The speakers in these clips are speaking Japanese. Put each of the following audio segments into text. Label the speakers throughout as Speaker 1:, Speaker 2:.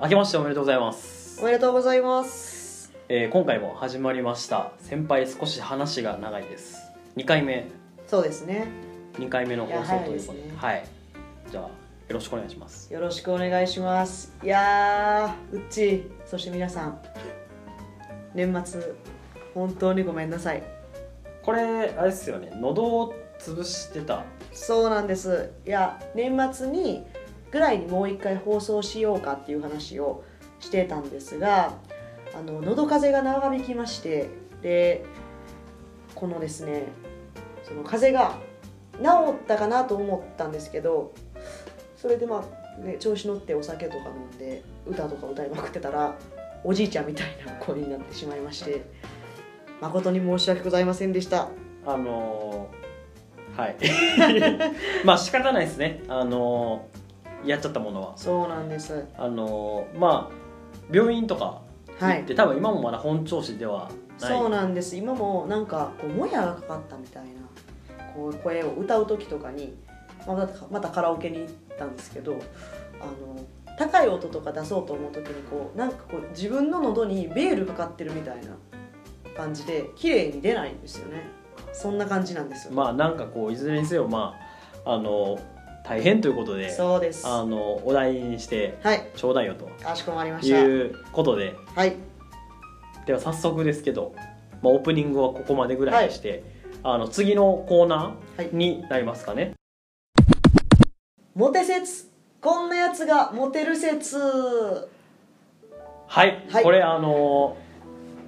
Speaker 1: 明けましておめでとうございます、
Speaker 2: おめでとうございます
Speaker 1: えー今回も始まりました先輩少し話が長いです2回目
Speaker 2: そうですね
Speaker 1: 2回目の放送ということ
Speaker 2: いや早いで
Speaker 1: です
Speaker 2: ね
Speaker 1: はいじゃあよろしくお願いします
Speaker 2: よろしくお願いしますいやーうっちーそして皆さん年末本当にごめんなさい
Speaker 1: これあれですよね喉を潰してた
Speaker 2: そうなんですいや年末にぐらいにもう一回放送しようかっていう話をしてたんですがあの喉風邪が長引きましてでこのですねその風邪が治ったかなと思ったんですけどそれでまあ、ね、調子乗ってお酒とか飲んで歌とか歌いまくってたらおじいちゃんみたいな声になってしまいまして誠に申し訳ございませんでした
Speaker 1: あのーはい まあ仕方ないですねあのーやっちゃったものは
Speaker 2: そうなんです
Speaker 1: あのーまあ病院とか
Speaker 2: は
Speaker 1: 行
Speaker 2: い
Speaker 1: って、多分今もまだ本調子ではない
Speaker 2: そうなんです今もなんかこうもやがかかったみたいなこう声を歌う時とかにまあまたまたカラオケに行ったんですけどあの高い音とか出そうと思う時にこうなんかこう自分の喉にベールかかってるみたいな感じで綺麗に出ないんですよねそんな感じなんですよ、
Speaker 1: まあなんかこういずれにせよまああの大変ということで
Speaker 2: そうです
Speaker 1: あ
Speaker 2: は
Speaker 1: のお題にして
Speaker 2: い
Speaker 1: ちょうだいよと
Speaker 2: かしこまりまし
Speaker 1: いうことで
Speaker 2: たはい
Speaker 1: では早速ですけど、まあ、オープニングはここまでぐらいにして、あの次のコーナ
Speaker 2: はい
Speaker 1: ーになりますかね。
Speaker 2: モテ説こんなやつがモテる説
Speaker 1: はい、
Speaker 2: はい
Speaker 1: これあの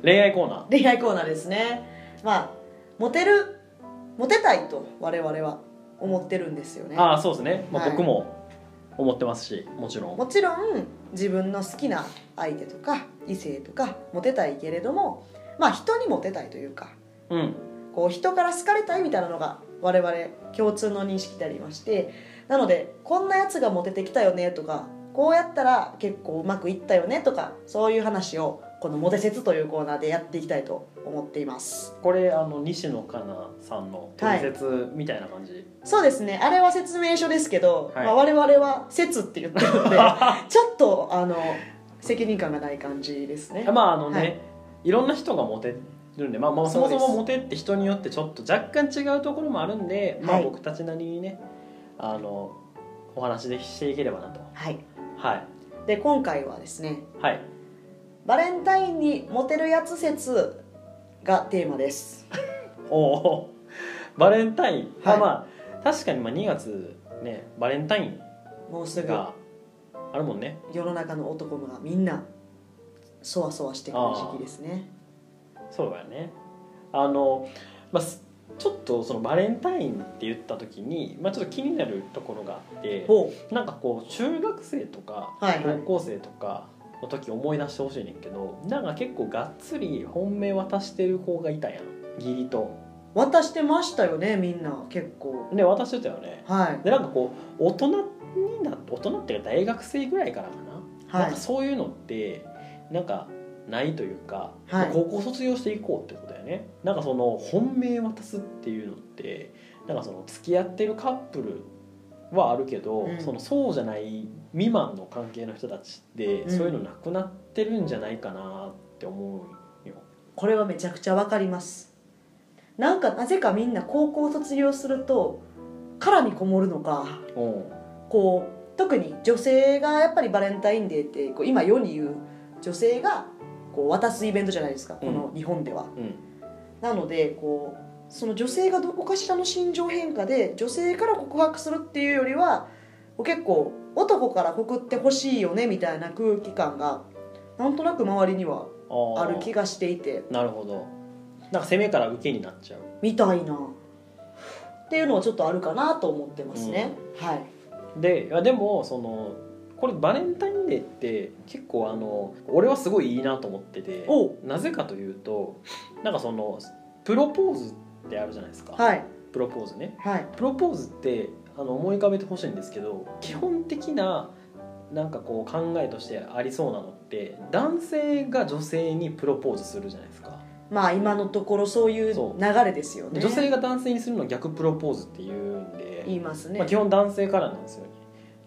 Speaker 1: 恋愛コーナ
Speaker 2: 恋愛コーナーですねまあモテるモテたいと我々は思ってるんですよね
Speaker 1: ーああそうですね、まあ、
Speaker 2: はい
Speaker 1: 僕も思ってますしもちろん
Speaker 2: もちろん自分の好きな相手とか異性とかモテたいけれどもまあ人にモテたいというか
Speaker 1: うん
Speaker 2: こう人から好かれたいみたいなのが我々共通の認識でありましてなのでこんなやつがモテてきたよねとかこうやったら結構うまくいったよねとかそういう話をこのモテ説というコーナーでやっていきたいと思っています。
Speaker 1: これあの西野カナさんの取説みたいな感じ、
Speaker 2: そうですねあれは説明書ですけど、
Speaker 1: はい
Speaker 2: まあ、我々は「説」って言ってる のでちょっとあの責任感がない感じですね
Speaker 1: まああのね、
Speaker 2: はいい、
Speaker 1: ろんな人がモテるんで、まあ、まあそもそ
Speaker 2: そ
Speaker 1: も
Speaker 2: うです
Speaker 1: モテって人によってちょっと若干違うところもあるんで、まあ、
Speaker 2: はい
Speaker 1: 僕たちなりにねあのお話でしていければなと
Speaker 2: はい
Speaker 1: はい
Speaker 2: で今回はですね
Speaker 1: はい
Speaker 2: 「バレンタインにモテるやつ説」がテーマです
Speaker 1: おおー バレンタイン、まあ
Speaker 2: はい
Speaker 1: まあ確かにまあ2月ねバレンタイン
Speaker 2: もうすぐ
Speaker 1: があるもんね
Speaker 2: 世の中の男がみんなそわそわしてくる時期ですね
Speaker 1: そうだよねあの、まあ、すちょっとそのバレンタインって言った時に、まあ、ちょっと気になるところがあって
Speaker 2: ほ
Speaker 1: なんかこう中学生とか
Speaker 2: はいはい
Speaker 1: 高校生とかの時思い出してほしいねんけど、なんか結構がっつり本命渡してる子がいたやん義理と
Speaker 2: う渡してましたよねみんな結構
Speaker 1: ね渡してたよね
Speaker 2: はい
Speaker 1: でなんかこう大人にな大人っていうか大学生ぐらいからかな,、
Speaker 2: は
Speaker 1: なん
Speaker 2: い
Speaker 1: かそういうのってなんかないというか、
Speaker 2: はい
Speaker 1: 高校卒業していこうってことだよねなんかその本命渡すっていうのってなんかその付き合ってるカップルはあるけど、
Speaker 2: うん
Speaker 1: そのそうじゃない未満の関係の人たちって、
Speaker 2: うん
Speaker 1: そういうのなくなってるんじゃないかなって思うよ。
Speaker 2: これはめちゃくちゃわかりますなんかなぜかみんな高校卒業すると殻にこもるのか
Speaker 1: うん
Speaker 2: こう特に女性がやっぱりバレンタインデーってこう今世に言う女性がこう渡すイベントじゃないですかこの日本では、
Speaker 1: うん
Speaker 2: なのでこうその女性がどこかしらの心情変化で女性から告白するっていうよりはこう結構男から告ってほしいよねみたいな空気感がなんとなく周りには
Speaker 1: ー
Speaker 2: ある気がしていて
Speaker 1: なるほどなんか攻めから受けになっちゃう
Speaker 2: みたいなっていうのはちょっとあるかなと思ってますね、はい
Speaker 1: でいやでもそのこれバレンタインデーって結構あの俺はすごいいいなと思ってて
Speaker 2: おう
Speaker 1: なぜかというとなんかそのプロポーズってあるじゃないですか、
Speaker 2: はい
Speaker 1: プロポーズね
Speaker 2: はい
Speaker 1: プロポーズってあの思い浮かべてほしいんですけど基本的ななんかこう考えとしてありそうなのって男性が女性にプロポーズするじゃないですか
Speaker 2: まあ今のところそういう
Speaker 1: そう
Speaker 2: 流れですよね
Speaker 1: 女性
Speaker 2: が
Speaker 1: が男性にするのを逆プロポーズっていうんで
Speaker 2: 言いますね、
Speaker 1: まあ、基本男性からなんですよね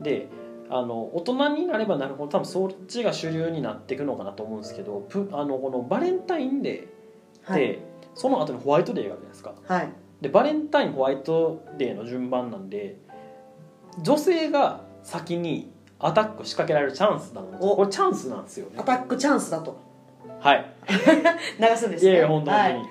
Speaker 1: でああの大人になればなるほど多分そっちが主流になっていくのかなと思うんですけどプあのこのバレンタインデーって、
Speaker 2: はい、
Speaker 1: その後にホワイトデーがあるじゃないですか
Speaker 2: はい、
Speaker 1: でバレンタインホワイトデーの順番なんで女性が先にアタック仕掛けられるチャンスなので
Speaker 2: お
Speaker 1: これチャンスなんですよね
Speaker 2: アタックチャンスだと
Speaker 1: はい
Speaker 2: 流すんです
Speaker 1: い
Speaker 2: ね
Speaker 1: やいや本当本当に、
Speaker 2: はい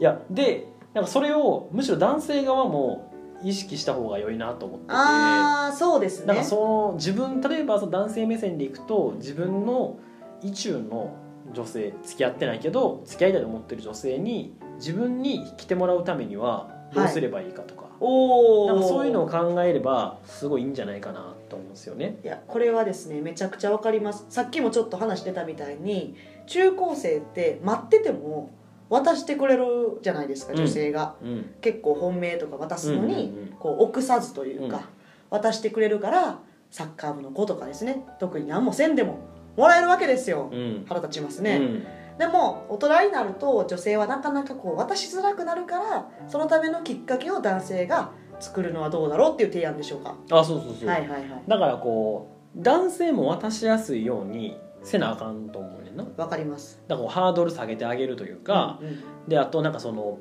Speaker 1: い、やでなんかそれをむしろ男性側も意識した方が良いなと思ってて
Speaker 2: ああそうですね
Speaker 1: なんかその自分例えばその男性目線でいくと自分の意中の女性付き合ってないけど付き合いたいと思ってる女性に自分に来てもらうためにはどうすればいいかとか,、
Speaker 2: おお
Speaker 1: なんかそういうのを考えればすごいいいんじゃないかなと思うんですよね。
Speaker 2: いやこれはですねめちゃくちゃわかりますさっきもちょっと話してたみたいに中高生って待ってても渡してくれるじゃないですか
Speaker 1: うん
Speaker 2: 女性が、
Speaker 1: うん、
Speaker 2: 結構本命とか渡すのに、
Speaker 1: うんうんうん
Speaker 2: こう臆さずというか、
Speaker 1: うん
Speaker 2: 渡してくれるからサッカー部の子とかですね特に何もせんでももらえるわけですよ、
Speaker 1: うん
Speaker 2: 腹立ちます
Speaker 1: う
Speaker 2: ね、
Speaker 1: ん
Speaker 2: でも大人になると女性はなかなかこう渡しづらくなるからそのためのきっかけを男性が作るのはどうだろうっていう提案でしょうか、
Speaker 1: あそうそうそう、
Speaker 2: はいはいはい
Speaker 1: だからこう男性も渡しやすいようにせなあかんと思うねんなだか
Speaker 2: わかります
Speaker 1: らこうハードル下げてあげるというか、
Speaker 2: うんうん
Speaker 1: であとなんかその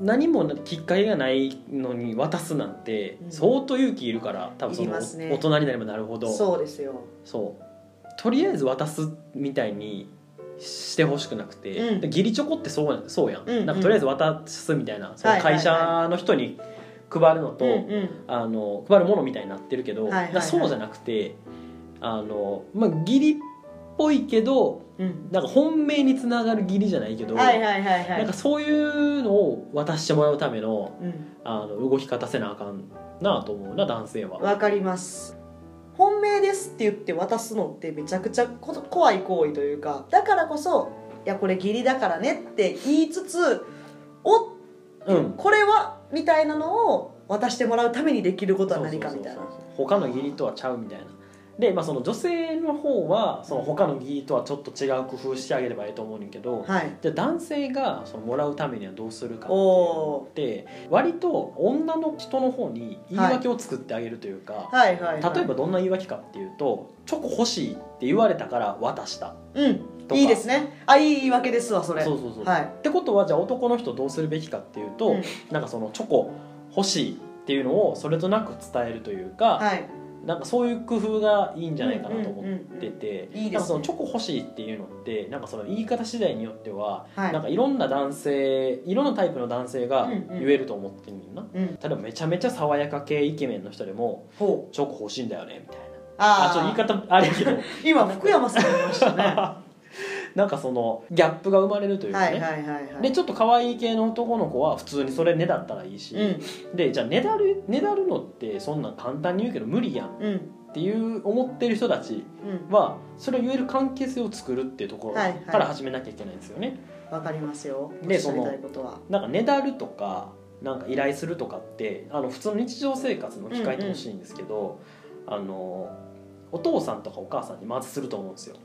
Speaker 1: 何もきっかけがないのに渡すなんて
Speaker 2: うん
Speaker 1: 相当勇気いるから、多分そ
Speaker 2: いり
Speaker 1: の、
Speaker 2: ますね
Speaker 1: 大人になればなるほど
Speaker 2: そうですよ、
Speaker 1: そうとりあえず渡すみたいにしてほしくなくて、
Speaker 2: うん
Speaker 1: で義理チョコってそうやんそうやん,、
Speaker 2: うんうん
Speaker 1: なんかとりあえず渡すみたいなその
Speaker 2: はいはいは
Speaker 1: 会
Speaker 2: い
Speaker 1: 社の人に配るのと、
Speaker 2: うんうん
Speaker 1: あの配るものみたいになってるけど、
Speaker 2: はいはいはい
Speaker 1: なんかそうじゃなくてあの、まあ、義理っぽいけど
Speaker 2: うん、
Speaker 1: なんか本命につながる義理じゃないけど。
Speaker 2: はいはいはいはい
Speaker 1: なんかそういうのを渡してもらうための
Speaker 2: うん
Speaker 1: あの動き方せなあかんなあと思うな男性は。
Speaker 2: わかります本命ですって言って渡すのってめちゃくちゃこ怖い行為というかだからこそいやこれ義理だからねって言いつつお
Speaker 1: うん
Speaker 2: これはみたいなのを渡してもらうためにできることは何かみたい
Speaker 1: そ
Speaker 2: な
Speaker 1: うそうそうそう他の義理とはちゃうみたいな。で、まあ、その女性の方はその他の義理とはちょっと違う工夫してあげればいいと思うねんけど、
Speaker 2: はい
Speaker 1: じゃあ男性がそのもらうためにはどうするかっていうの
Speaker 2: お
Speaker 1: って割と女の人の方に言い訳を作ってあげるというか、
Speaker 2: はいはい、はい、
Speaker 1: 例えばどんな言い訳かっていうと「チョコ欲しい」って言われたから渡した。
Speaker 2: うん
Speaker 1: とか
Speaker 2: いいですねあいい言い訳ですわそれ
Speaker 1: そうそうそう
Speaker 2: はい
Speaker 1: ってことはじゃあ男の人どうするべきかっていうと、
Speaker 2: うん
Speaker 1: なんかそのチョコ欲しいっていうのをそれとなく伝えるというか、
Speaker 2: はい
Speaker 1: なんかそういう工夫がいいんじゃないかなと思ってて、
Speaker 2: うんうんうんいいですね
Speaker 1: なんかそのチョコ欲しいっていうのってなんかその言い方次第によっては、
Speaker 2: はい
Speaker 1: なんかいろんな男性いろんなタイプの男性が
Speaker 2: うんうん
Speaker 1: 言えると思ってんねんな、
Speaker 2: うん
Speaker 1: 例えばめちゃめちゃ爽やか系イケメンの人でも
Speaker 2: ほう
Speaker 1: チョコ欲しいんだよねみたいなあ
Speaker 2: あー
Speaker 1: ちょっと言い方あれ やけど
Speaker 2: 今福山さん言いましたねは
Speaker 1: なんかそのギャップが生まれるとい
Speaker 2: いう
Speaker 1: かね、
Speaker 2: はいはいはい
Speaker 1: でちょっと可愛い系の男の子は普通にそれねだったらいいし、
Speaker 2: うん
Speaker 1: でじゃあねだるねだるのってそんなん簡単に言うけど無理やんっ
Speaker 2: うん
Speaker 1: ていう思ってる人たち
Speaker 2: うん
Speaker 1: はそれを言える関係性を作るっていうところ
Speaker 2: はいはい
Speaker 1: から始めなきゃいけないんですよね。
Speaker 2: わかりますよ
Speaker 1: で
Speaker 2: おっしゃり
Speaker 1: そ
Speaker 2: た
Speaker 1: の
Speaker 2: いことは
Speaker 1: なんかねだるとかなんか依頼するとかってあの普通の日常生活の機会ってほしいんですけど、あのお父さんとかお母さんにまずすると思うんですよ。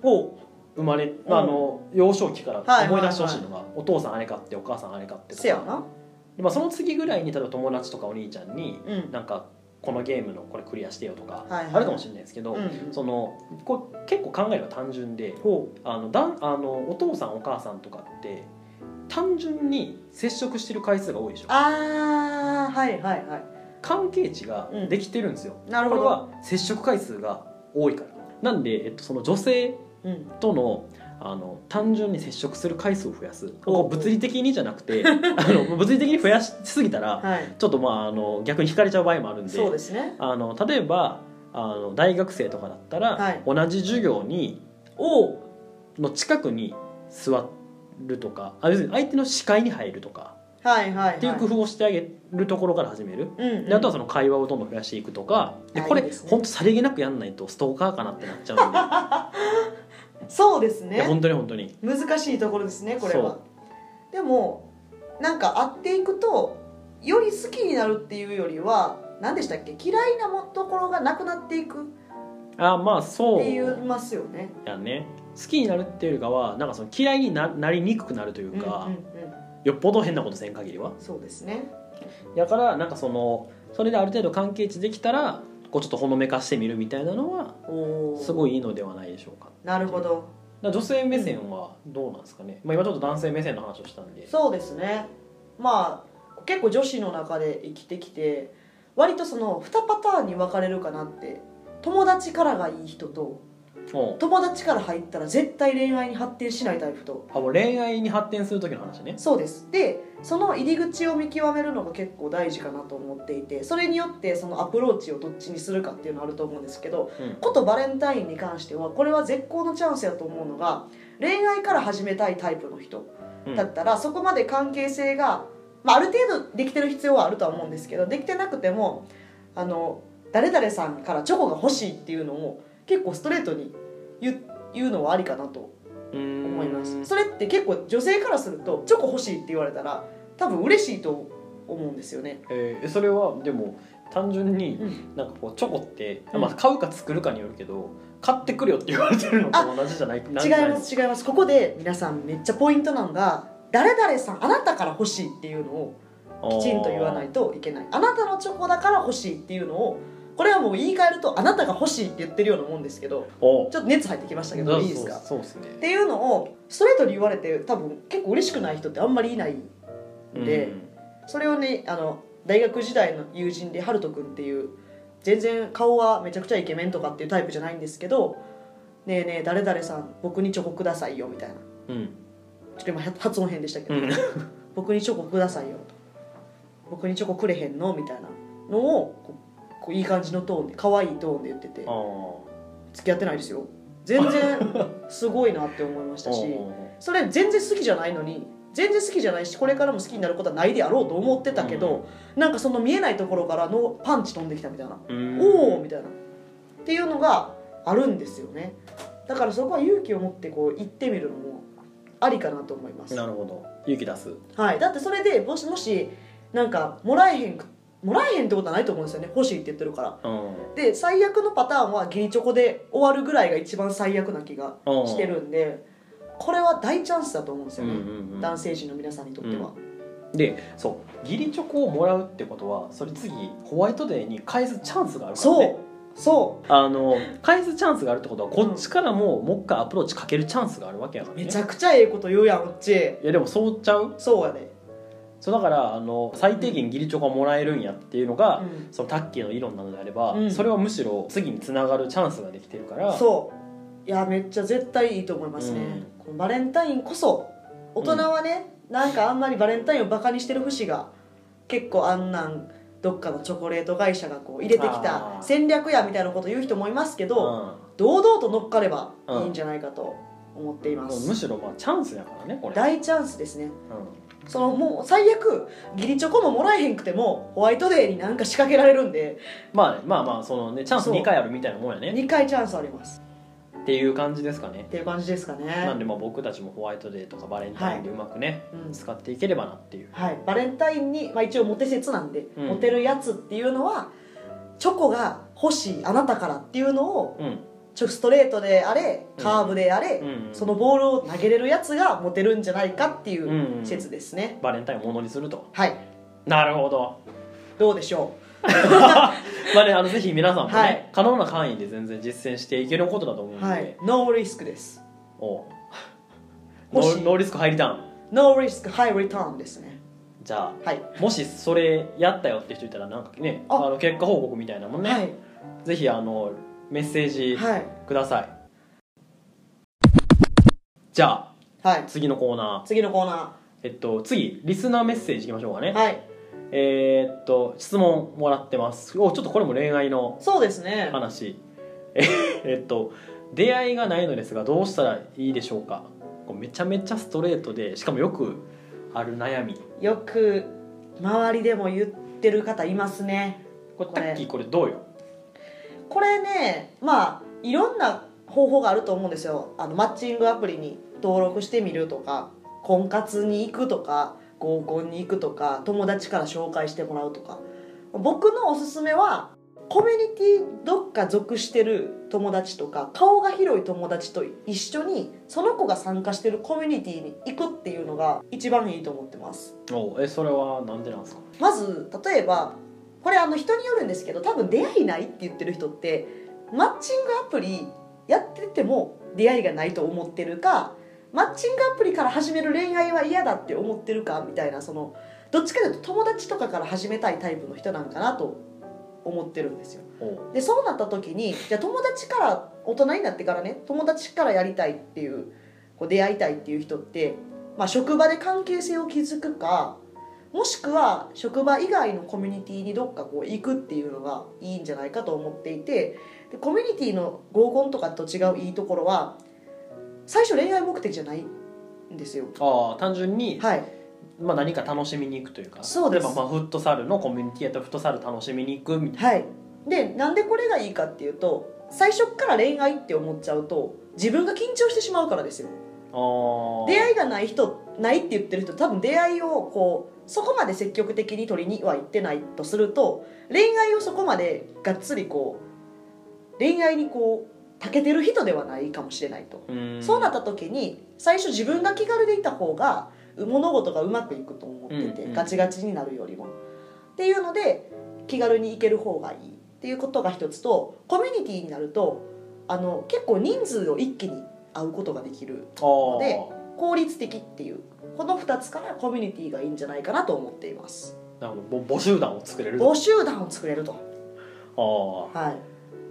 Speaker 1: 生まれ、まあ、あの幼少期から
Speaker 2: はいはいは
Speaker 1: 思い
Speaker 2: い
Speaker 1: 出してほしいのが、お父さんあれ買ってお母さんあれ買ってと
Speaker 2: せや
Speaker 1: か
Speaker 2: な
Speaker 1: で、まあ、その次ぐらいに例えば友達とかお兄ちゃんに
Speaker 2: うん
Speaker 1: なんかこのゲームのこれクリアしてよとか
Speaker 2: はいはい
Speaker 1: あるかもしれないですけど、
Speaker 2: うんうん
Speaker 1: そのこう結構考えれば単純で
Speaker 2: ほ
Speaker 1: あのだんあのお父さんお母さんとかって単純に接触してる回数が多いでしょ
Speaker 2: あーはいはいはい
Speaker 1: 関係値ができてるんですよ、
Speaker 2: なる
Speaker 1: こ
Speaker 2: ほ
Speaker 1: れ
Speaker 2: ど
Speaker 1: は接触回数が多いからなんで、えっと、その女性
Speaker 2: うん
Speaker 1: とのあの単純に接触する回数を増やす
Speaker 2: おう
Speaker 1: こう物理的にじゃなく てあの物理的に増やしすぎたら
Speaker 2: はい
Speaker 1: ちょっとまああの逆に引かれちゃう場合もあるんで
Speaker 2: そうですね
Speaker 1: あの例えばあの大学生とかだったら、
Speaker 2: はい
Speaker 1: 同じ授業にをの近くに座るとかあ要するに相手の視界に入るとか
Speaker 2: はいはいはい
Speaker 1: っていう工夫をしてあげるところから始める。
Speaker 2: うんうん
Speaker 1: であとはその会話をどんどん増やしていくとかで
Speaker 2: あ
Speaker 1: これ
Speaker 2: いいですね
Speaker 1: 本当さりげなくやんないとストーカーかなってなっちゃうんで
Speaker 2: そうです
Speaker 1: いや
Speaker 2: ね
Speaker 1: 本当に本当に
Speaker 2: 難しいところですねこれはでもなんか会っていくとより好きになるっていうよりは何でしたっけ嫌いなもところがなくなっていくっ
Speaker 1: あまあそう
Speaker 2: て言いますよね
Speaker 1: やね好きになるっていうよりかはなんかその嫌いにななりにくくなるという
Speaker 2: うんうんう
Speaker 1: か、
Speaker 2: ん
Speaker 1: よっぽど変なことせん限りは
Speaker 2: そうですね
Speaker 1: だからなんかそのそれである程度関係値できたらこうちょっとほのめかしてみるみたいなのは
Speaker 2: おー
Speaker 1: すごいいいのではないでしょうか
Speaker 2: なるほど
Speaker 1: だから女性目線はどうなんですかね、まあ、今ちょっと男性目線の話をしたんで
Speaker 2: そうですねまあ結構女子の中で生きてきて割とその2パターンに分かれるかなって友達からがいい人と
Speaker 1: おう
Speaker 2: 友達から入ったら絶対恋愛に発展しないタイプと
Speaker 1: あもう恋愛に発展する時の話ね
Speaker 2: そうですでその入り口を見極めるのが結構大事かなと思っていてそれによってそのアプローチをどっちにするかっていうのあると思うんですけど
Speaker 1: うん
Speaker 2: ことバレンタインに関してはこれは絶好のチャンスやと思うのが恋愛から始めたいタイプの人
Speaker 1: うん
Speaker 2: だったらそこまで関係性が、まあ、ある程度できてる必要はあるとは思うんですけどできてなくてもあの誰々さんからチョコが欲しいっていうのを結構ストレートに言う言うのはありかなと
Speaker 1: うーん
Speaker 2: 思いますそれって結構女性からするとチョコ欲しいって言われたら多分嬉しいと思うんですよね。
Speaker 1: えーそれはでも単純に
Speaker 2: うん
Speaker 1: なんかこうチョコって、
Speaker 2: うん
Speaker 1: まあ、買うか作るかによるけど買ってくるよって言われてるのと同じじゃない違い
Speaker 2: 違います違いますここで皆さんめっちゃポイントなのが誰々さんあなたから欲しいっていうのをきちんと言わないといけないあなたのチョコだから欲しいっていうのをこれはもう言い換えるとあなたが欲しいって言ってるようなもんですけど
Speaker 1: おー
Speaker 2: ちょっと熱入ってきましたけどいいですかっ
Speaker 1: そうそうですね
Speaker 2: ていうのをストレートに言われて多分結構嬉しくない人ってあんまりいないんで、それをねあの大学時代の友人でハルト君っていう全然顔はめちゃくちゃイケメンとかっていうタイプじゃないんですけど「ねえねえ誰々さん僕にチョコくださいよ」みたいなち
Speaker 1: う
Speaker 2: ょ
Speaker 1: ん
Speaker 2: っと今発音変でしたけど
Speaker 1: う、んうん
Speaker 2: 僕にチョコくださいよと僕にチョコくれへんのみたいなのをこうこういい感じのトーンで可愛いトーンで言って て
Speaker 1: あ
Speaker 2: 付き合ってないですよ全然すごいなって思い ましたし
Speaker 1: ー
Speaker 2: それ全然好きじゃないのに全然好きじゃないしこれからも好きになることはないであろうと思ってたけど、なんかその見えないところからのパンチ飛んできたみたいな、
Speaker 1: うん
Speaker 2: おおみたいなっていうのがあるんですよねだからそこは勇気を持ってこう行ってみるのもありかなと思います
Speaker 1: なるほど勇気出す
Speaker 2: はい、だってそれでもしもしなんかもらえへんくもらえへんってことはないと思うんですよね欲しいって言ってるから
Speaker 1: うん
Speaker 2: で最悪のパターンは義理チョコで終わるぐらいが一番最悪な気が
Speaker 1: うん
Speaker 2: してるんでこれは大チャンスだと思うんです
Speaker 1: う
Speaker 2: よ
Speaker 1: んう
Speaker 2: ね、
Speaker 1: んうん
Speaker 2: 男性陣の皆さんにとっては、
Speaker 1: でそう義理チョコをもらうってことはそれ次ホワイトデーに返すチャンスがあるからね
Speaker 2: そうそ
Speaker 1: あの返すチャンスがあるってことはこっちからももう一回アプローチかけるチャンスがあるわけやか
Speaker 2: う
Speaker 1: らね
Speaker 2: めちゃくちゃええこと言うやんうっち
Speaker 1: いやでもそうちゃう
Speaker 2: そうやで、
Speaker 1: そうだからあの最低限義理チョコがもらえるんやっていうのが、
Speaker 2: う
Speaker 1: そのタッキーの理論なのであれば、
Speaker 2: うん
Speaker 1: それはむしろ次につながるチャンスができてるから
Speaker 2: ん、 そういやめっちゃ絶対いいと思いますね、
Speaker 1: う
Speaker 2: このバレンタインこそ大人はね、なんかあんまりバレンタインをバカにしてる節が結構あんなんどっかのチョコレート会社がこう入れてき
Speaker 1: あ
Speaker 2: た
Speaker 1: ー
Speaker 2: 戦略やみたいなこと言う人もいますけ
Speaker 1: うん
Speaker 2: ど、
Speaker 1: も
Speaker 2: 堂々と乗っかればいいんじゃないかと思っていま
Speaker 1: う
Speaker 2: す、
Speaker 1: むしろまあチャンスやからねこれ、
Speaker 2: 大チャンスですね
Speaker 1: う
Speaker 2: そのもう最悪義理チョコももらえへんくてもホワイトデーになんか仕掛けられるんで
Speaker 1: んまあね、まあまあそのねチャンス
Speaker 2: そう
Speaker 1: 2回あるみたいなもんやね
Speaker 2: 2回チャンスあります
Speaker 1: っていう感じですかね
Speaker 2: っていう感じですかね
Speaker 1: なんでまあ僕たちもホワイトデーとかバレンタインでうまくね、
Speaker 2: うん
Speaker 1: 使っていければなっていう
Speaker 2: はい、バレンタインに、まあ、一応モテ説なんで、
Speaker 1: うん
Speaker 2: モテるやつっていうのはチョコが欲しいあなたからっていうのを
Speaker 1: うん
Speaker 2: ちょストレートであれカーブであれ、
Speaker 1: うん
Speaker 2: そのボールを投げれるやつがモテるんじゃないかってい
Speaker 1: んう
Speaker 2: うん説ですね、
Speaker 1: バレンタインをものにすると
Speaker 2: はい
Speaker 1: なるほど
Speaker 2: どうでしょ
Speaker 1: まあね、あのぜひ皆さんもね、
Speaker 2: はい
Speaker 1: 可能な範囲で全然実践していけることだと思う
Speaker 2: う、
Speaker 1: ので、
Speaker 2: はい、ノーリスクです
Speaker 1: おうノ
Speaker 2: もし
Speaker 1: ーノーリスクハイリターン
Speaker 2: ノーリスクハイリターンですね
Speaker 1: じゃ
Speaker 2: はい、
Speaker 1: あもしそれやったよって人いたらなんかね
Speaker 2: あ
Speaker 1: あの結果報告みたいなもんね、
Speaker 2: はい
Speaker 1: ぜひあのメッセージ
Speaker 2: はい
Speaker 1: ください、じゃあ
Speaker 2: はい
Speaker 1: 次のコーナ
Speaker 2: 次のコーナ
Speaker 1: ーえっと次リスナーメッセージいきましょうかね、
Speaker 2: ーはい
Speaker 1: えーっと質問もらってますおちょっとこれも恋愛の
Speaker 2: そうですね
Speaker 1: 話 ええっと出会いがないのですがどうしたらいいでしょうかこうめちゃめちゃストレートでしかもよくある悩み
Speaker 2: よく周りでも言ってる方いますね
Speaker 1: これ
Speaker 2: こ
Speaker 1: タ
Speaker 2: れ
Speaker 1: ッキーこれどうよ
Speaker 2: これねまあいろんな方法があると思うんですよあのマッチングアプリに登録してみるとか婚活に行くとか合コンに行くとか友達から紹介してもらうとか僕のおすすめはコミュニティどっか属してる友達とか顔が広い友達と一緒にその子が参加してるコミュニティに行くっていうのが一番いいと思ってます
Speaker 1: おうえそれはなんでなんですか
Speaker 2: まず例えばこれあの人によるんですけど多分出会いないって言ってる人ってマッチングアプリやってても出会いがないと思ってるかマッチングアプリから始める恋愛は嫌だって思ってるかみたいなそのどっちかというと友達とかから始めたいタイプの人なんかなと思ってるんですよ。
Speaker 1: お
Speaker 2: でそうなった時にじゃあ友達から大人になってからね友達からやりたいっていうこう出会いたいっていう人って、まあ、職場で関係性を築くかもしくは職場以外のコミュニティにどっかこう行くっていうのがいいんじゃないかと思っていてでコミュニティの合コンとかと違ういいところは最初恋愛目的じゃないんですよ。
Speaker 1: ああ単純に、
Speaker 2: はい、
Speaker 1: まあ、何か楽しみに行くというか
Speaker 2: そうです
Speaker 1: 例えばまあフットサルのコミュニティやったらフットサル楽しみに行くみたい
Speaker 2: はい、でなんでこれがいいかっていうと最初っから恋愛って思っちゃうと自分が緊張してしまうからですよ。
Speaker 1: なああ
Speaker 2: 出会いがない人ないって言ってる人多分出会いをこうそこまで積極的に取りには行ってないとすると恋愛をそこまでがっつりこう恋愛にこう長けてる人ではないかもしれないと、
Speaker 1: うん
Speaker 2: そうなった時に最初自分が気軽でいた方が物事がうまくいくと思ってて、
Speaker 1: うんうん
Speaker 2: ガチガチになるよりも。っていうので気軽に行ける方がいいっていうことが一つとコミュニティになるとあの結構人数を一気に会うことができる。
Speaker 1: あー
Speaker 2: で効率的っていうこの2つからコミュニティがいいんじゃないかなと思っています
Speaker 1: なるほどぼ募集団を作れる
Speaker 2: 募集団を作れると
Speaker 1: あ
Speaker 2: はい、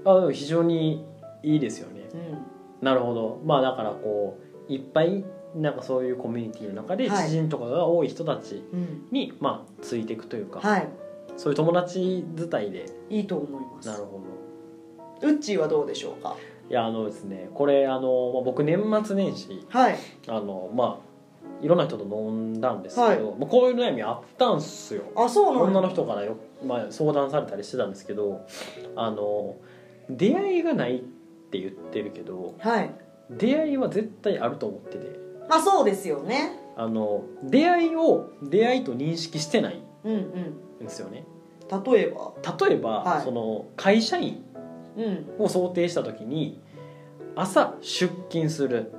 Speaker 1: ああでも非常にいいですよね
Speaker 2: うん、
Speaker 1: なるほどまあだからこういっぱいなんかそういうコミュニティの中で
Speaker 2: はい
Speaker 1: 知人とかが多い人たち
Speaker 2: うん、
Speaker 1: に、まあついていくというか、
Speaker 2: はい
Speaker 1: そういう友達伝いで
Speaker 2: いいと思います
Speaker 1: なるほど
Speaker 2: ウッチーはどうでしょうか
Speaker 1: いやあのですねこれあの、まあ、僕年末年始
Speaker 2: はい
Speaker 1: あのまあいろんな人と飲んだんですけど、まあ、こういう悩みあったんすよ
Speaker 2: あそうなんだ
Speaker 1: 女の人からよ、まあ、相談されたりしてたんですけどあの出会いがないって言ってるけど
Speaker 2: はい
Speaker 1: 出会いは絶対あると思ってて
Speaker 2: まあそうですよね
Speaker 1: あの出会いを出会いと認識してないん
Speaker 2: うんうん
Speaker 1: ですよね
Speaker 2: 例えば
Speaker 1: 例えば、
Speaker 2: はい
Speaker 1: その会社員
Speaker 2: うん
Speaker 1: を想定した時に朝出勤する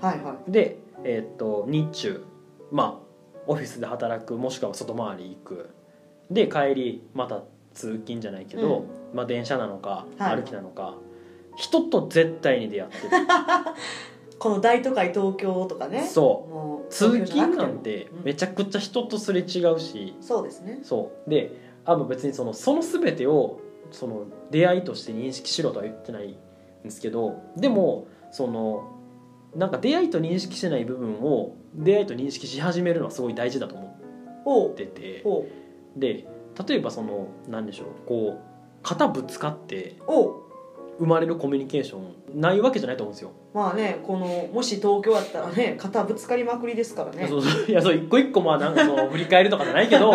Speaker 2: はいは
Speaker 1: で、えーっと日中まあオフィスで働くもしくは外回り行くで帰りまた通勤じゃないけど、まあ、電車なのか
Speaker 2: はい
Speaker 1: 歩きなのか、人と絶対に出会ってる
Speaker 2: いこの大都会東京とか ね
Speaker 1: そう
Speaker 2: もう
Speaker 1: 通勤なんてめ
Speaker 2: ち
Speaker 1: ちゃくちゃ人とすれ違うし、
Speaker 2: ゃそうですね
Speaker 1: そうであの別にそのその全てをその出会いとして認識しろとは言ってないんですけどでもそのなんか出会いと認識してない部分を出会いと認識し始めるのはすごい大事だと思
Speaker 2: ほ
Speaker 1: ってて
Speaker 2: うほ
Speaker 1: で例えばその何でしょうこう肩ぶつかって
Speaker 2: うほ
Speaker 1: 生まれるコミュニケーションないわけじゃないと思うんですよ。
Speaker 2: うまあねこのもし東京だったらね肩ぶつかりまくりですからね
Speaker 1: そうそうい やそう一個一個まあなんかそ の振り返るとかじゃないけど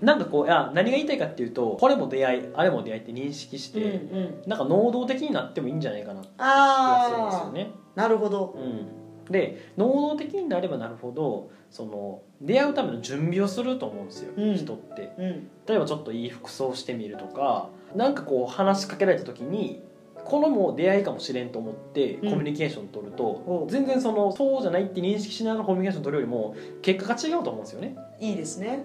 Speaker 1: なんかこういや何が言いたいかっていうとこれも出会いあれも出会いって認識して、
Speaker 2: うんうん
Speaker 1: なんか能動的になってもいいんじゃないかなって気がするんですよ
Speaker 2: ああ
Speaker 1: ね。
Speaker 2: なるほど
Speaker 1: うん、で能動的になればなるほどその出会うための準備をすると思うんですよ、
Speaker 2: うん
Speaker 1: 人って。
Speaker 2: うん
Speaker 1: 例えばちょっといい服装をしてみるとかなんかこう話しかけられた時にこのもう出会いかもしれんと思ってコ
Speaker 2: うん
Speaker 1: ミュニケーション取ると、
Speaker 2: おう
Speaker 1: 全然そのそうじゃないって認識しながらコミュニケーション取るよりも結果が違うと思うんですよね。
Speaker 2: いいですね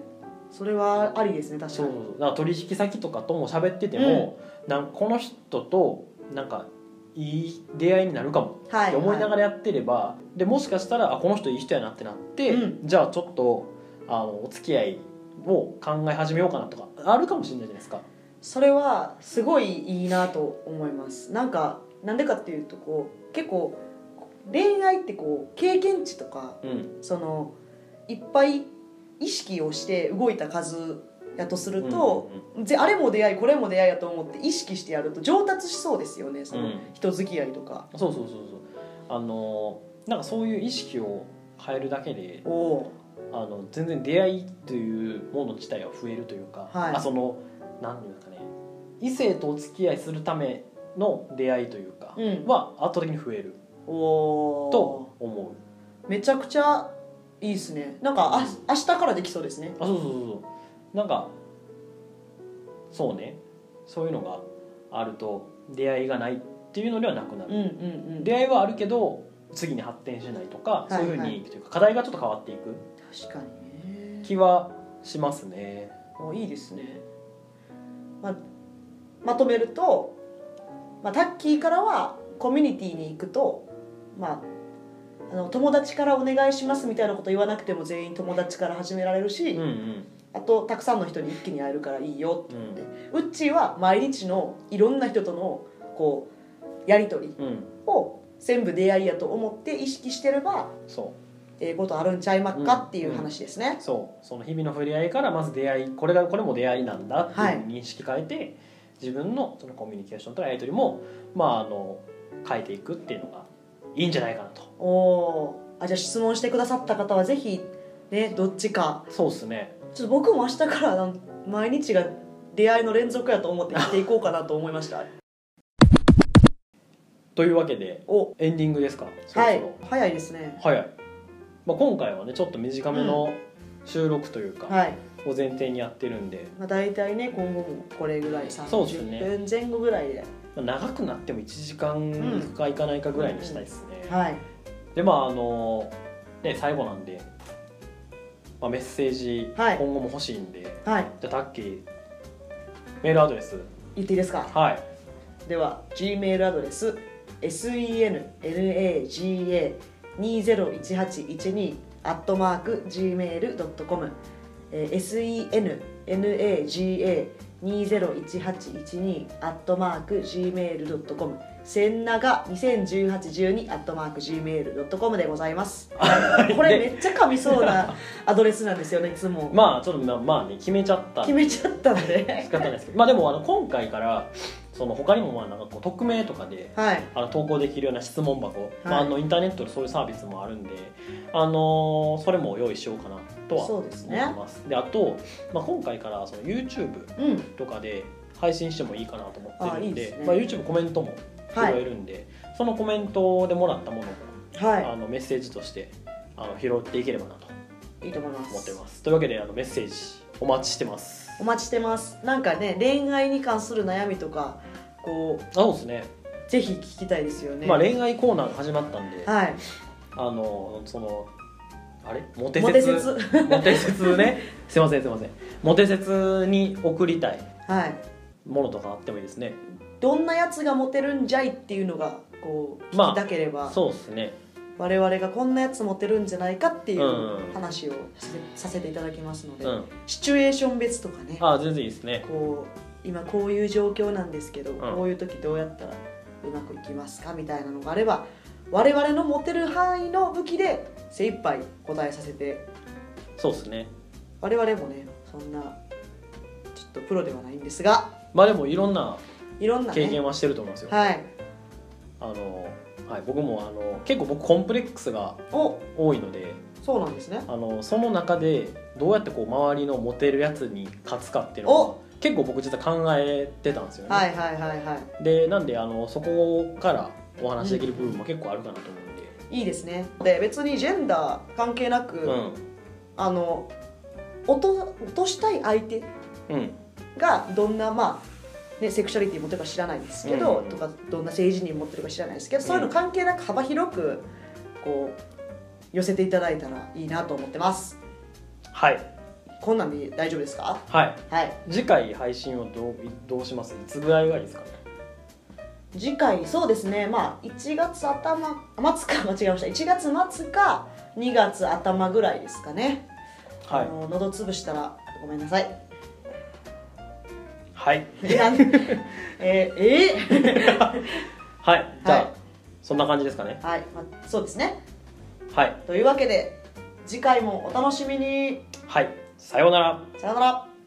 Speaker 2: それはありですね確か
Speaker 1: そう
Speaker 2: に
Speaker 1: そうそうだから取引先とかとも喋ってても、なんかこの人となんかいい出会いになるかも
Speaker 2: は
Speaker 1: って思いなが
Speaker 2: ら
Speaker 1: らやってれば、でもしかしたらあこの人いい人やなってなって、
Speaker 2: う
Speaker 1: じゃあちょっとあのお付き合いを考え始めようかなとかあるかもしれないじゃないですか。
Speaker 2: それはすごいいいなと思いますなんかなんでかっていうとこう結構恋愛ってこう経験値とか
Speaker 1: うん
Speaker 2: そのいっぱい意識をして動いた数やとすると、ぜあれも出会いこれも出会いやと思って意識してやると上達しそうですよねその
Speaker 1: うん
Speaker 2: 人付き合いとか、
Speaker 1: そうそうそうそうあのなんかそういう意識を変えるだけで
Speaker 2: おお
Speaker 1: あの全然出会いというもの自体は増えるというか、
Speaker 2: はい
Speaker 1: あその何ていうんですかね異性とお付き合いするための出会いというか、
Speaker 2: うん
Speaker 1: は圧倒的に増える
Speaker 2: おお
Speaker 1: と思う。
Speaker 2: めちゃくちゃいいですねなんかあ明日からできそうですね
Speaker 1: あそうそうそうそうなんかそうねそういうのがあると出会いがないっていうのではなくな
Speaker 2: うんう
Speaker 1: る、
Speaker 2: んうん
Speaker 1: 出会いはあるけど次に発展しないとか、
Speaker 2: はいはい
Speaker 1: そういうふうにというか課題がちょっと変わっていく
Speaker 2: 確かにね
Speaker 1: 気はしますね
Speaker 2: もういいですねまあ、まとめると、まあ、タッキーからはコミュニティに行くと、まあ、あの友達からお願いしますみたいなこと言わなくても全員友達から始められるし、
Speaker 1: うんうん
Speaker 2: あとたくさんの人に一気に会えるからいいよ
Speaker 1: う
Speaker 2: って
Speaker 1: ん
Speaker 2: ウッチーは毎日のいろんな人とのこうやり取り
Speaker 1: うん
Speaker 2: を全部出会いやと思って意識してれば
Speaker 1: そ
Speaker 2: ええことあるんちゃいまっかっていう話ですね
Speaker 1: う。そうその日々の触れ合いからまず出会いこれがこれも出会いなんだって
Speaker 2: は
Speaker 1: い
Speaker 2: い
Speaker 1: う認識変えて、自分のそのコミュニケーションとのやり取りもまああの変えていくっていうのがいいんじゃないかなと
Speaker 2: おーあじゃあ質問してくださった方はぜひねどっちか
Speaker 1: そうですね
Speaker 2: ちょっと僕も明日からなん毎日が出会いの連続やと思って生きていこうかなと思いました
Speaker 1: というわけで
Speaker 2: お
Speaker 1: エンディングですかそろ
Speaker 2: は
Speaker 1: そ
Speaker 2: い
Speaker 1: ろ
Speaker 2: 早いですね
Speaker 1: 早い、まあ、今回はねちょっと短めの収録というか、
Speaker 2: はい、
Speaker 1: を前提にやってるんで、
Speaker 2: まあ、大体ね今後もこれぐらい
Speaker 1: そうですね
Speaker 2: 30分前後ぐらいで
Speaker 1: まあ長くなっても1時間いくかいかないかぐらいにしたいですね、
Speaker 2: はい
Speaker 1: でまああのね最後なんで、まあ、メッセージ、
Speaker 2: はい
Speaker 1: 今後も欲しいんで
Speaker 2: はい
Speaker 1: じゃあタッキーメールアドレス
Speaker 2: 言っていいですか
Speaker 1: はい
Speaker 2: では G メールアドレス sennaga201812 アットマーク gmail.com、えー、sennaga201812 アットマーク gmail.com 千長201812アットマーク gmail.com でございますこれめっちゃ噛みそうなアドレスなんですよねいつも、
Speaker 1: まあちょっとまあまあね決めちゃったん
Speaker 2: 決
Speaker 1: で
Speaker 2: めちゃったん
Speaker 1: 仕
Speaker 2: で
Speaker 1: 方ないですけどまあでもあの今回からその他にもまあなんかこう匿名とかで
Speaker 2: はい
Speaker 1: あの投稿できるような質問箱、まあ、あのインターネットでそういうサービスもあるんで、あのーそれも用意しようかなとは
Speaker 2: そ
Speaker 1: 思
Speaker 2: う
Speaker 1: い
Speaker 2: ですね
Speaker 1: ます。であと、まあ、今回からその YouTube
Speaker 2: うん
Speaker 1: とかで配信してもいいかなと思ってるんで
Speaker 2: あいいですね
Speaker 1: まあ、YouTube コメントも拾
Speaker 2: はい
Speaker 1: えるんで、そのコメントでもらったものも、あ
Speaker 2: は
Speaker 1: のメッセージとしてあの拾っていければなと
Speaker 2: いいいと思います
Speaker 1: 思ってます。というわけであのメッセージお待ちしてます。
Speaker 2: お待ちしてますなんかね恋愛に関する悩みとかこ
Speaker 1: あそうですね
Speaker 2: うぜひ聞きたいですよね、
Speaker 1: まあ、恋愛コーナーが始まったんで、
Speaker 2: はい
Speaker 1: あのそのあれモテ
Speaker 2: モテ
Speaker 1: 説
Speaker 2: 説
Speaker 1: モテ説ねすいませんすいませんモテ説に送りたい
Speaker 2: はい
Speaker 1: ものとかあってもいいですね
Speaker 2: どんなやつがモテるんじゃいっていうのがこう
Speaker 1: まあ
Speaker 2: 聞きたければ、
Speaker 1: そうですね
Speaker 2: 我々がこんなやつモテるんじゃないかってい
Speaker 1: うんう
Speaker 2: うん話をさせさせていただきますので、
Speaker 1: うん
Speaker 2: シチュエーション別とかね
Speaker 1: あ全然いいですね
Speaker 2: こう今こういう状況なんですけど、
Speaker 1: ん
Speaker 2: こういう時どうやったらうまくいきますかみたいなのがあれば我々のモテる範囲の武器で精一杯答えさせて
Speaker 1: そうですね
Speaker 2: 我々もねそんなちょっとプロではないんですが
Speaker 1: まあでもいろんない
Speaker 2: ろんな、ね、
Speaker 1: 経験はしてると思うんですよ、
Speaker 2: はい
Speaker 1: あのはい、僕もあの結構僕コンプレックスが
Speaker 2: お
Speaker 1: 多いので
Speaker 2: そうなんですね
Speaker 1: あのその中でどうやってこう周りのモテるやつに勝つかっていうのを結構僕実は考えてたんですよね、
Speaker 2: はいはいはいは
Speaker 1: でなんであのそこからお話しできる部分も結構あるかなと思うんで、
Speaker 2: いいいですねで別にジェンダー関係なく、あの落と落としたい相手
Speaker 1: うんうん
Speaker 2: がどんなまあね、セクシャリティ持ってるか知らないですけど、
Speaker 1: うん
Speaker 2: とかどんな政治人持ってるか知らないですけど、そういうの関係なく幅広くこう寄せていただいたらいいなと思ってます
Speaker 1: はい
Speaker 2: こんなんで大丈夫ですか
Speaker 1: はい
Speaker 2: はい
Speaker 1: 次回配信をどうどうしますいつぐらいがいいですかね
Speaker 2: 次回そうですねまあ1月頭末か間 違えました1月末か2月頭ぐらいですかね、
Speaker 1: は
Speaker 2: あ
Speaker 1: い、
Speaker 2: の喉潰したらごめんなさい
Speaker 1: はい、
Speaker 2: えなんえー え
Speaker 1: はい、じゃあ、
Speaker 2: はい
Speaker 1: そんな感じですかね
Speaker 2: ーはい、まあ、そうですね
Speaker 1: はい
Speaker 2: というわけで次回もお楽しみに
Speaker 1: はいさようなら
Speaker 2: さようなら